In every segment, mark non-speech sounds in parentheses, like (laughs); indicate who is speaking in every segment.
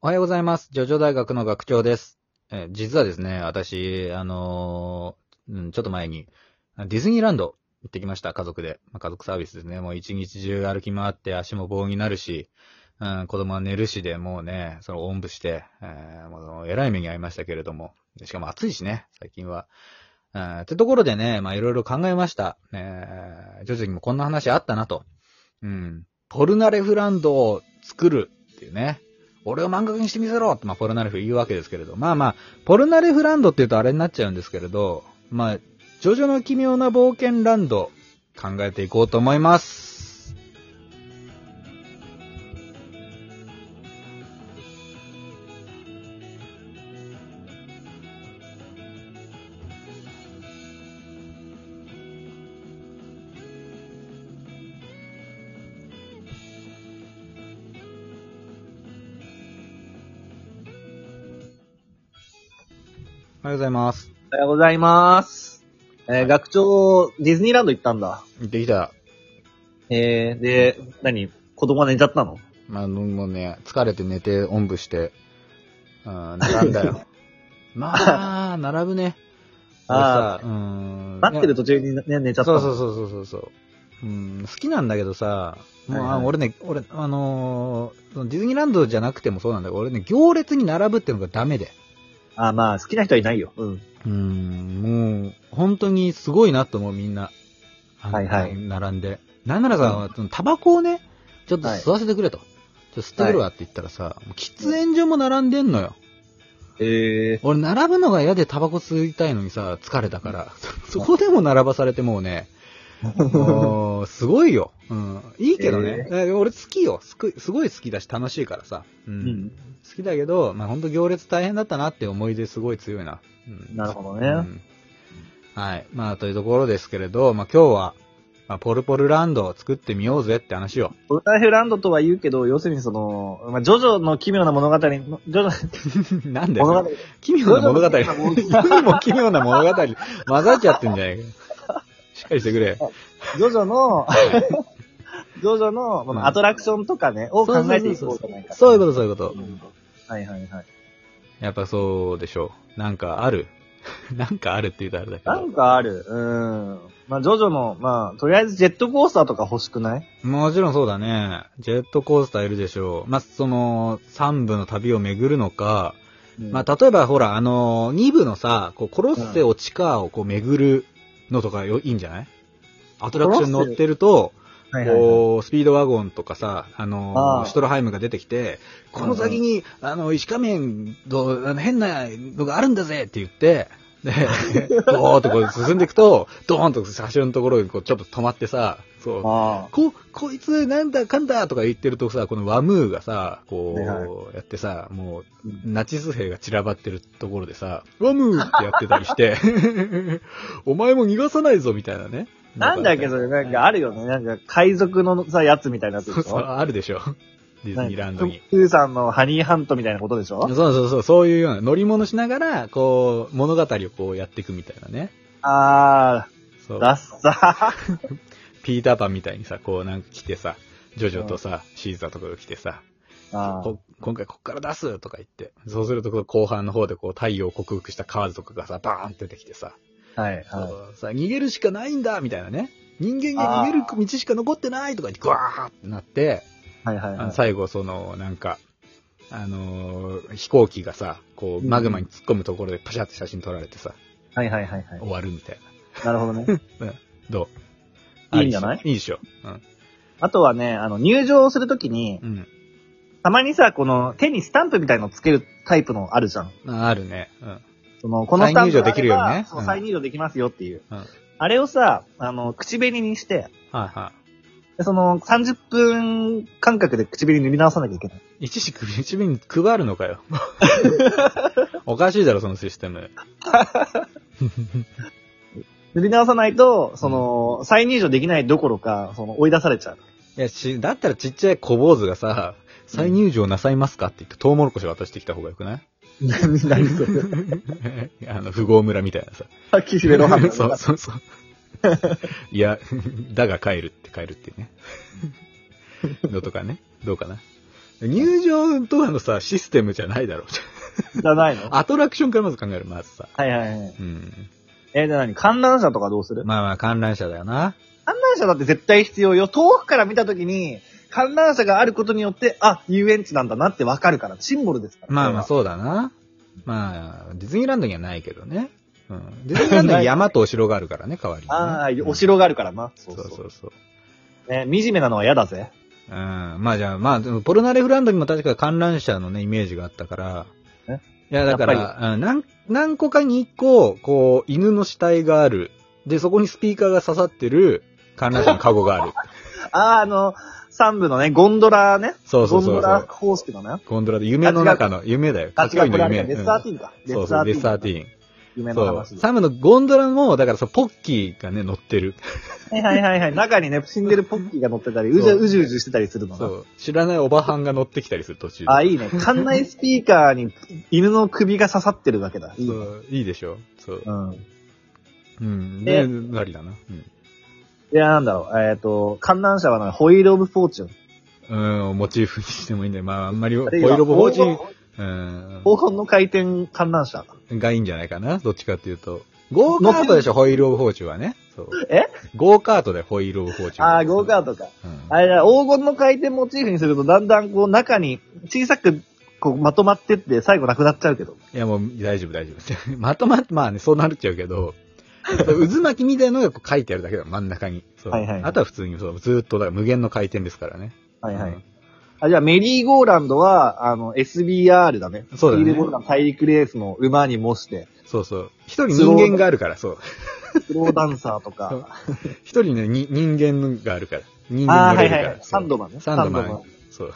Speaker 1: おはようございます。ジョジョ大学の学長です。えー実はですね、私、あのーうん、ちょっと前に、ディズニーランド行ってきました、家族で。まあ、家族サービスですね。もう一日中歩き回って足も棒になるし、うん、子供は寝るしで、もうね、そのおんぶして、えーもう偉い目に遭いましたけれども。しかも暑いしね、最近は。うんってところでね、まあ、いろいろ考えました。えー、ジョジョにもこんな話あったなと。うん。ポルナレフランドを作るっていうね。俺を漫画家にしてみせろって、まあ、ポルナレフ言うわけですけれど。まあまあ、ポルナレフランドって言うとあれになっちゃうんですけれど、まあ、ジョジョの奇妙な冒険ランド、考えていこうと思います。おはようございます。
Speaker 2: おはようございます。えー
Speaker 1: はい
Speaker 2: 学長、ディズニーランド行ったんだ。
Speaker 1: 行ってきた。
Speaker 2: えー、で、何子供が寝ちゃったの
Speaker 1: まあ、もうね、疲れて寝て、おんぶして、うん、並んだ
Speaker 2: (laughs)
Speaker 1: よ。まあ、並ぶね。
Speaker 2: あ
Speaker 1: あ、うん。
Speaker 2: 待ってる途中に、ね、寝ちゃった
Speaker 1: そ
Speaker 2: の
Speaker 1: うそうそうそうそうそう。うん、好きなんだけどさ、もう、
Speaker 2: はいはい
Speaker 1: あ俺ね、俺、あのーそのディズニーランドじゃなくてもそうなんだけど、俺ね、行列に並ぶってのがダメで。
Speaker 2: あーまあ、好きな人はいないよ。うん。
Speaker 1: うん、もう、本当にすごいなと思う、みんな。あの
Speaker 2: はいはい
Speaker 1: 並んで。なんならさ、そのタバコをね、ちょっと
Speaker 2: はい
Speaker 1: 吸わせてくれと。ちょっと吸ってくるわって言ったらさ、もう喫煙所も並んでんのよ。
Speaker 2: え
Speaker 1: 俺、並ぶのが嫌でタバコ吸いたいのにさ、疲れたから。 (laughs) そこでも並ばされてもうね、
Speaker 2: ー。 (laughs)
Speaker 1: もうすごいよ。うん。いいけどね。え俺好きよすく。すごい好きだし楽しいからさ。うん。
Speaker 2: うん。
Speaker 1: 好きだけど、まあ、ほんと行列大変だったなって思い出すごい強いな。うん、
Speaker 2: なるほどね
Speaker 1: うんはい。まあ、というところですけれど、まあ、今日は、まあ、ポルポルランドを作ってみようぜって話を。 (laughs)
Speaker 2: ポルターフランドとは言うけど、要するにその、まあ、ジョジョの奇妙な物語の、ジョジ
Speaker 1: なん
Speaker 2: ョ
Speaker 1: で
Speaker 2: の物語、
Speaker 1: 奇妙な物語。
Speaker 2: ジョジョ
Speaker 1: (laughs)
Speaker 2: の奇妙な
Speaker 1: 世にも奇妙な物語。混ざっちゃってんじゃないか。しっかりしてくれ。
Speaker 2: ジョジョの、 (laughs) ジョジョの、こ
Speaker 1: うん
Speaker 2: のアトラクションとかね、を考えていこうじゃないか。
Speaker 1: そういうこと、そういうこと。
Speaker 2: うんはいはいはい。
Speaker 1: やっぱそうでしょう。なんかある。 (laughs) なんかあるって言うとあれだけ
Speaker 2: なん
Speaker 1: ど。
Speaker 2: かある。うん。まあ、ジョジョの、まあ、とりあえずジェットコースターとか欲しくない
Speaker 1: もちろんそうだね。ジェットコースターいるでしょう。まあ、その、3部の旅を巡るのか、ま
Speaker 2: た、
Speaker 1: あ、例えばほら、あのー、2部のさ、こう、コロッセオ地下をこう巡るのとかよ、いいんじゃないアトラクションに乗ってると、
Speaker 2: はいはいはい
Speaker 1: こう、スピードワゴンとかさ、あのー
Speaker 2: あー
Speaker 1: シュトロハイムが出てきて、この先に、あの、石仮面と、あの変なのがあるんだぜって言って、
Speaker 2: (laughs)
Speaker 1: で、ドーっとこう進んでいくと、ドーンと最初のところにこうちょっと止まってさ、そう、
Speaker 2: あ
Speaker 1: こ、こいつなんだかんだとか言ってるとさ、このワムーがさ、こ
Speaker 2: ねは
Speaker 1: う、やってさ、もう、
Speaker 2: あ。
Speaker 1: ナチス兵が散らばってるところでさ、ワムーってやってたりして、
Speaker 2: (laughs)
Speaker 1: お前も逃がさないぞみたいなね。
Speaker 2: なんだけど、なんかあるよね。なんか、海賊のさ、やつみたいなやつでし
Speaker 1: そうそう、(laughs)
Speaker 2: ょ
Speaker 1: あるでしょ。ディズニーランドに。。
Speaker 2: プーさんのハニーハントみたいなことでし
Speaker 1: そう
Speaker 2: ょ
Speaker 1: そうそう、そういうような乗り物しながら、こう、物語をこうやっていくみたいなね。
Speaker 2: あ
Speaker 1: そ
Speaker 2: ー、
Speaker 1: う。
Speaker 2: ダッサ
Speaker 1: (laughs) ピーターパンみたいにさ、こうなんか来てさ、ジョジョとさ、シーザーとかが来てさ、
Speaker 2: ー。あー
Speaker 1: こ今回こっから出すとか言って、そうすると後半の方でこう太陽を克服したカーズとかがさ、バーンって出てきてさ、
Speaker 2: はい、はい。
Speaker 1: そうさ逃げるしかないんだみたいなね。人間が逃げる道しか残ってないとか言って、グワーってなって、
Speaker 2: はいはい
Speaker 1: あの
Speaker 2: はい。
Speaker 1: 最後その、なんか、あのー飛行機がさ、こう、マグマに突っ込むところでパシャって写真撮られてさ、
Speaker 2: はいはいはいはい。
Speaker 1: 終わるみたいな。
Speaker 2: なるほどね。
Speaker 1: どう
Speaker 2: いいんじゃない
Speaker 1: あでしょいいでしょ。
Speaker 2: あとはね、あの、入場するときに、
Speaker 1: うん。
Speaker 2: たまにさ、この、手にスタンプみたいのつけるタイプのあるじゃん。
Speaker 1: うん。ああるね。うん。
Speaker 2: その、このスタンプが
Speaker 1: 再入場で
Speaker 2: あれば
Speaker 1: きるよね
Speaker 2: そう
Speaker 1: うん
Speaker 2: 再入場できますよっていう。
Speaker 1: うん
Speaker 2: あれをさ、あの、口紅にして、
Speaker 1: はいは
Speaker 2: でその、30分間隔で口紅塗り直さなきゃいけない。
Speaker 1: い。一時首 (laughs) 一面に配るのかよ。 (laughs) おかしいだろ、そのシステム。
Speaker 2: 塗り直さないと、その、再入場できないどころか、その、追い出されちゃう。
Speaker 1: いや、し、だったらちっちゃい小坊主がさ、再入場なさいますかって言って、トウモロコシ渡してきた方がよくない
Speaker 2: 何それ。
Speaker 1: (laughs) あの、富豪村みたいなさ。
Speaker 2: さっきヒレ (laughs) ロハン
Speaker 1: そうそうそう。いや、だが帰るって帰るっていうね。のとかね。どうかな。入場とかのさ、システムじゃないだろう。
Speaker 2: じゃないの
Speaker 1: アトラクションからまず考える、まずさ。
Speaker 2: はいはいはい。
Speaker 1: うん。
Speaker 2: えー、じゃあ何観覧車とかどうする
Speaker 1: まあまあ、観覧車だよな。
Speaker 2: 観覧車だって絶対必要よ。遠くから見たときに、観覧車があることによって、あ、遊園地なんだなってわかるから、シンボルですから。
Speaker 1: まあまあ、
Speaker 2: そ
Speaker 1: そうだな。まあ、ディズニーランドにはないけどね。うん。ディズニーランドに山とお城があるからね、代わりに、
Speaker 2: れはああ、
Speaker 1: ね。
Speaker 2: お城があるからな。
Speaker 1: う
Speaker 2: そ
Speaker 1: ん。
Speaker 2: うそ
Speaker 1: そううそうそう。
Speaker 2: ね、惨めなのは嫌だぜ。
Speaker 1: うん。まあじゃあ、まあ、でもポルナレフランドにも確か観覧車のね、イメージがあったから
Speaker 2: え。
Speaker 1: いや、だか
Speaker 2: やっ
Speaker 1: ら、うん、何、何個かに一個、こう、犬の死体がある。で、そこにスピーカーが刺さってる観覧車のカゴ
Speaker 2: (laughs)
Speaker 1: がある。
Speaker 2: ああ、あの、三部のね、ゴンドラね。
Speaker 1: そうそうそうそ
Speaker 2: ゴンドラ
Speaker 1: う。
Speaker 2: 方式のね。
Speaker 1: ゴンドラで、夢の中の、夢だよ。か
Speaker 2: あ、
Speaker 1: き
Speaker 2: 違
Speaker 1: 氷
Speaker 2: う、こ
Speaker 1: の
Speaker 2: れあれ
Speaker 1: 夢。
Speaker 2: か、レッサー
Speaker 1: うん
Speaker 2: ティーンか。
Speaker 1: そうそう、レッサーテ
Speaker 2: ン。
Speaker 1: ィーン。
Speaker 2: 夢
Speaker 1: そ
Speaker 2: の
Speaker 1: う。
Speaker 2: 話。
Speaker 1: サムのゴンドラも、だからそのポッキーがね、乗ってる。
Speaker 2: はいはいはいはい。中にね、死んでるポッキーが乗ってたり、うじゃ
Speaker 1: そう
Speaker 2: うじうじしてたりするの
Speaker 1: そ
Speaker 2: な。
Speaker 1: う。知らないおばはんが乗ってきたりする途中で。
Speaker 2: あ、いいね。館内スピーカーに犬の首が刺さってるわけだ。いい
Speaker 1: そ
Speaker 2: ね。
Speaker 1: う。いいでしょ。そう。
Speaker 2: うん。
Speaker 1: うん。で、
Speaker 2: え
Speaker 1: なりだな。
Speaker 2: いや、なんだろう。えっ、と、観覧車はなんかホイールオブフォーチュン。
Speaker 1: うん。うん、モチーフにしてもいいんだよ。まあ、あんまり、ホ
Speaker 2: あ
Speaker 1: イ
Speaker 2: るいは
Speaker 1: ールボホーチ
Speaker 2: 黄金
Speaker 1: ン、
Speaker 2: 黄金の回転観覧車。
Speaker 1: うん、がいいんじゃないかな。どっちかっていうと。ゴーカートでしょ、ホイールオブフォーチュンはね。そう。
Speaker 2: え
Speaker 1: ゴーカートでホイールオブフォーチュン。
Speaker 2: ああ、ゴーカー
Speaker 1: ト。
Speaker 2: トか。
Speaker 1: うん。
Speaker 2: あれだ、黄金の回転モチーフにすると、だんだんこう中に小さくこうまとまってって、最後なくなっちゃうけど。
Speaker 1: いや、もう、大丈夫、大丈夫。 (laughs) まとまって、まあね、そうなっちゃうけど、そう渦巻きみたいなのがこう書いてあるだけだ、真ん中に。そう
Speaker 2: はいはいはい
Speaker 1: あとは普通に、そう、ずーっと、だから無限の回転ですからね。
Speaker 2: はいはい。
Speaker 1: うん
Speaker 2: あじゃあ、メリーゴーランドは、あの、SBR だね。
Speaker 1: そうだね
Speaker 2: スピードゴーランド大陸レースの馬に模して、
Speaker 1: そうそう。一人人間があるから、そう。
Speaker 2: スローダンサーとか。
Speaker 1: 一人ね、に人間があるから。人間
Speaker 2: ああー、
Speaker 1: 乗
Speaker 2: は
Speaker 1: れ
Speaker 2: い
Speaker 1: るか
Speaker 2: はい
Speaker 1: ら。
Speaker 2: はい。
Speaker 1: そう
Speaker 2: サンドマンね。
Speaker 1: サンドマ
Speaker 2: サ
Speaker 1: ン。そう。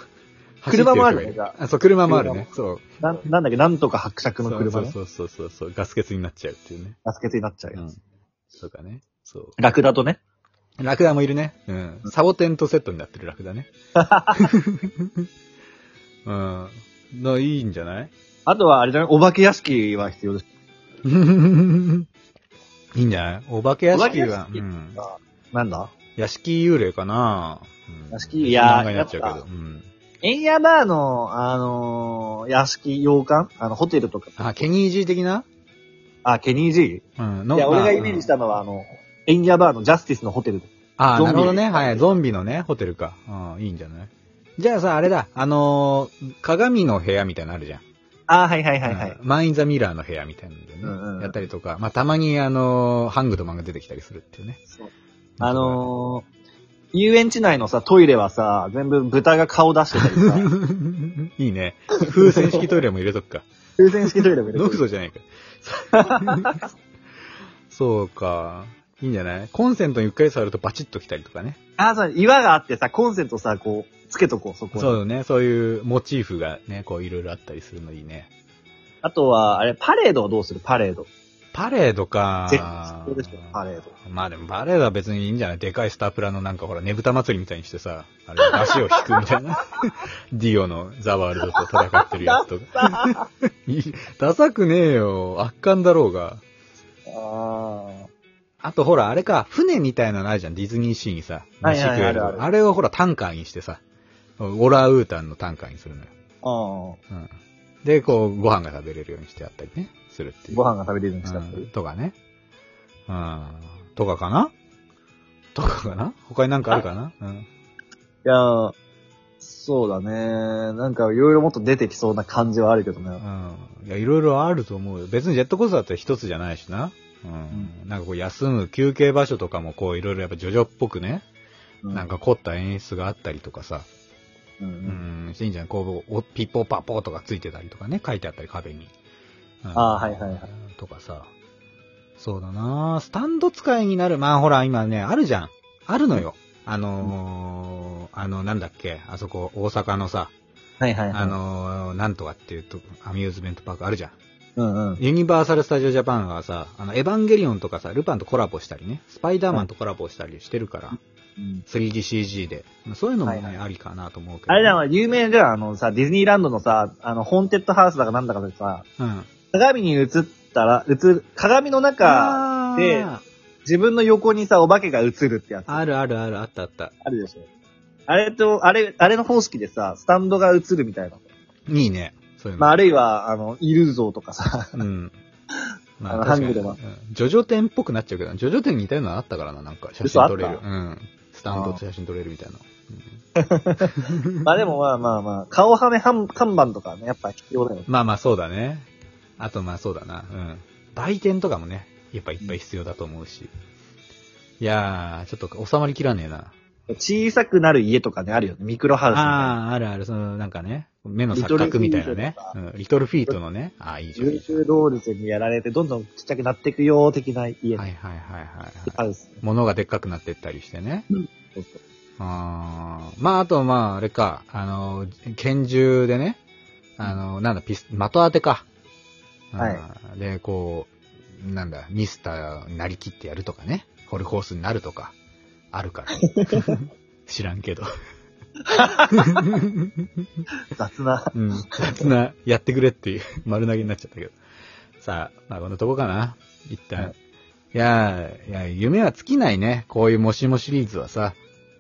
Speaker 2: 車もあるね
Speaker 1: 走って人がいるそう、車もあるね。そう。
Speaker 2: マン。ななんだっけ、なんとか伯爵の車ね。
Speaker 1: そうそうそうそう。ガス欠になっちゃうっていうね。
Speaker 2: ガスケツになっちゃう
Speaker 1: う
Speaker 2: や
Speaker 1: ん
Speaker 2: つ。。
Speaker 1: とかね。そう。
Speaker 2: ラクダとね。
Speaker 1: ラクダもいるね。うん。サボテンとセットになってるラクダ
Speaker 2: (laughs)
Speaker 1: ね。うん。の、いいんじゃない
Speaker 2: (laughs) あとは、あれじゃないお化け屋敷は必要です
Speaker 1: いいんじゃないお化け屋敷
Speaker 2: お
Speaker 1: は
Speaker 2: 化、
Speaker 1: う
Speaker 2: け屋敷
Speaker 1: ん。
Speaker 2: なんだ
Speaker 1: 屋敷幽霊かな、うん、
Speaker 2: 屋敷いやー
Speaker 1: 漫画になっちゃうけ
Speaker 2: や
Speaker 1: ど。うん。
Speaker 2: エンヤバーの、あのー屋敷、洋館あの、ホテルとか。
Speaker 1: あ、ケニー G 的な
Speaker 2: あ、ケニー G?
Speaker 1: うん。
Speaker 2: い
Speaker 1: の
Speaker 2: や、俺がイメージし。
Speaker 1: ま
Speaker 2: たのは、あの、エンヤバーのジャスティスのホテル。
Speaker 1: あうんあー、
Speaker 2: ゾン
Speaker 1: な
Speaker 2: ビ
Speaker 1: るほどね。はい。ゾンビのね、ホテルか。うん、いいんじゃないじゃあさ、あれだ。あのー鏡の部屋みたいなのあるじゃん。
Speaker 2: あ、はいはいはいはい
Speaker 1: うん。マイン・ザ・ミラーの部屋みたいなんでね、
Speaker 2: うんうん
Speaker 1: やったりとか、まあ、たまにあのーハングドマンが出てきたりするっていうね。
Speaker 2: そうあのー、遊園地内のさ、トイレはさ、全部豚が顔出してたり (laughs) さ、
Speaker 1: (laughs) いいね。風船式トイレも入れとく
Speaker 2: (laughs)
Speaker 1: か。
Speaker 2: 風船式トイレもいる
Speaker 1: ノクソじゃないか。 (laughs) そうか。いいんじゃないコンセントにうっかり触るとバチッと来たりとかね。
Speaker 2: あ、そう、岩があってさ、コンセントさ、こう、つけとこう、そこに。
Speaker 1: そうね。そういうモチーフがね、こういろいろあったりするのいいね。
Speaker 2: あとは、あれ、パレードをどうするパレード。
Speaker 1: パレードか。
Speaker 2: 絶対必要でしょ、パレード。
Speaker 1: まあでもバレーは別にいいんじゃないでかいスタープラのなんかほら、ねぶた祭りみたいにしてさ、あれ、足を引くみたいな。 (laughs) ディオのザワールドと戦ってるやつとか。
Speaker 2: (laughs)
Speaker 1: いいダサくねえよ。圧巻だろうが。
Speaker 2: あ
Speaker 1: あとほら、あれか、船みたいなのあるじゃん、ディズニーシーにさ。
Speaker 2: はいはい
Speaker 1: 西区やる
Speaker 2: あるある
Speaker 1: あれをほら、タンカーにしてさ、オランウータンのタンカーにするのよ。
Speaker 2: あ。うん。
Speaker 1: うん。で、こう、ご飯が食べれるようにしてあったりね、するっていう。
Speaker 2: ご飯が食べれるんですか
Speaker 1: うんとかね。うん。とかかなとかかな他になんかあるかなうん。
Speaker 2: いやー、そうだね。なんかいろいろもっと出てきそうな感じはあるけど
Speaker 1: う
Speaker 2: ね。
Speaker 1: ん。いや、いろいろあると思うよ。別にジェットコースターって一つじゃないしな。うん。なんかこう、休む休憩場所とかもこう、いろいろやっぱジョジョっぽくね、なんか
Speaker 2: か、
Speaker 1: 凝った演出があったりとかさ。
Speaker 2: うん
Speaker 1: う
Speaker 2: う、
Speaker 1: んん。していいんじゃないこう、おピッポーパッポーとかついてたりとかね、書いてあったり壁に。うん
Speaker 2: あーはいはいはい。
Speaker 1: とかさ。そうだなスタンド使いになる。まあほら、今ね、あるじゃん。あるのよ。あのー、あの、なんだっけ、あそこ、大阪のさ、
Speaker 2: はいはいはい。
Speaker 1: あ、のー、なんとかっていうと、アミューズメントパークあるじゃん。
Speaker 2: うんうん。
Speaker 1: ユニバーサル・スタジオ・ジャパンはさ、あの、エヴァンゲリオンとかさ、ルパンとコラボしたりね、スパイダーマンとコラボしたりしてるから、3DCG で。まあそういうのもね、
Speaker 2: はいはい
Speaker 1: ありかなと思うけど、
Speaker 2: あれだよ、有名じゃん。あのさ、ディズニーランドのさ、あの、ホーンテッドハウスだかなんだかでさ、
Speaker 1: うん。
Speaker 2: 鏡に映ったら、映、鏡の中、
Speaker 1: あー
Speaker 2: で自分の横にさ、お化けが映るってやつ。あ
Speaker 1: あるあるある、あったあった。
Speaker 2: るでしょ。あれと、あれ、あれの方式でさ、スタンドが映るみたいな。
Speaker 1: いいね。そういうの。
Speaker 2: まあ、あるいは、あの、イルゾーとか
Speaker 1: (laughs)
Speaker 2: さ、
Speaker 1: うん。ま
Speaker 2: あの
Speaker 1: 確か
Speaker 2: ハング
Speaker 1: に
Speaker 2: ルは
Speaker 1: うんジョジョ店っぽくなっちゃうけど、ジョジョ店に似たようなのあったからな、なんか写
Speaker 2: 嘘
Speaker 1: 真
Speaker 2: あっ
Speaker 1: 撮
Speaker 2: た
Speaker 1: れる。うん。スタンドと写真撮れるみたいな。うん
Speaker 2: まあでもまあまあまあ、顔はめ看看板とかね、やっぱ必要だよね。
Speaker 1: まあまあそうだね。あとまあそうだな。うん。売店とかもね、やっぱいっぱい必要だと思うし。いやー、ちょっと収まりきらねえな。
Speaker 2: 小さくなる家とかね、あるよね。ミクロハウスみたいな。
Speaker 1: ああー、あるある、そのなんかね、目の錯覚みたいなね。うんリトルフィートのね。ああ、いいじゃん。いいじゃん
Speaker 2: 19ドールズにやられて、どんどんちっちゃくなっていくよ、的な家、
Speaker 1: はいはいはいはい、はい。
Speaker 2: ハウス。
Speaker 1: 物がでっかくなってったりしてね。
Speaker 2: そうそう
Speaker 1: あーまあ、あと、まあ、あれか、あの、拳銃でね、あの、なんだ、ピス、的当てか。。
Speaker 2: はい
Speaker 1: で、こう、なんだ、ミスターになりきってやるとかね、ホルホースになるとか、あるから。 (laughs) 知らんけど。
Speaker 2: 雑な。
Speaker 1: (laughs) うん、雑な、やってくれっていう (laughs) 丸投げになっちゃったけど。さあ、まあこんなとこかな。一
Speaker 2: は
Speaker 1: 旦。いやーいや、夢は尽きないね。こういうもしもシリーズはさ。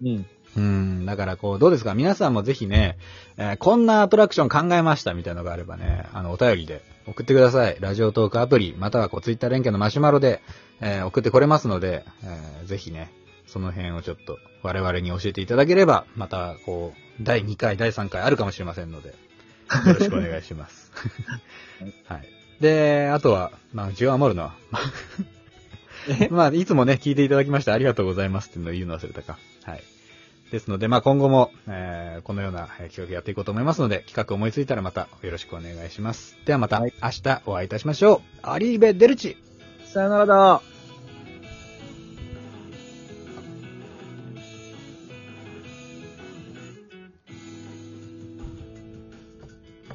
Speaker 2: うん。
Speaker 1: うん、だからこう、どうですか皆さんもぜひね、えーこんなアトラクション考えましたみたいなのがあればね、あの、お便りで送ってください。ラジオトークアプリ、またはこう、ツイッター連携のマシュマロで、えー送ってこれますので、えーぜひね、その辺をちょっと我々に教えていただければ、またこう、第2回、第3回あるかもしれませんので、よろしくお願いします。 (laughs) はい。で、あとは、まあ、ジオアモルの、まあ (laughs) まあ、いつもね、聞いていただきましてありがとうございますっていうのを言うの忘れたか。はい。ですので、まあ、今後も、えーこのようなえー企画やっていこうと思いますので、企画思いついたらまたよろしくお願いします。ではまた、
Speaker 2: はい
Speaker 1: 明日お会いいたしましょう。アリーベ・デルチ
Speaker 2: さよならだ。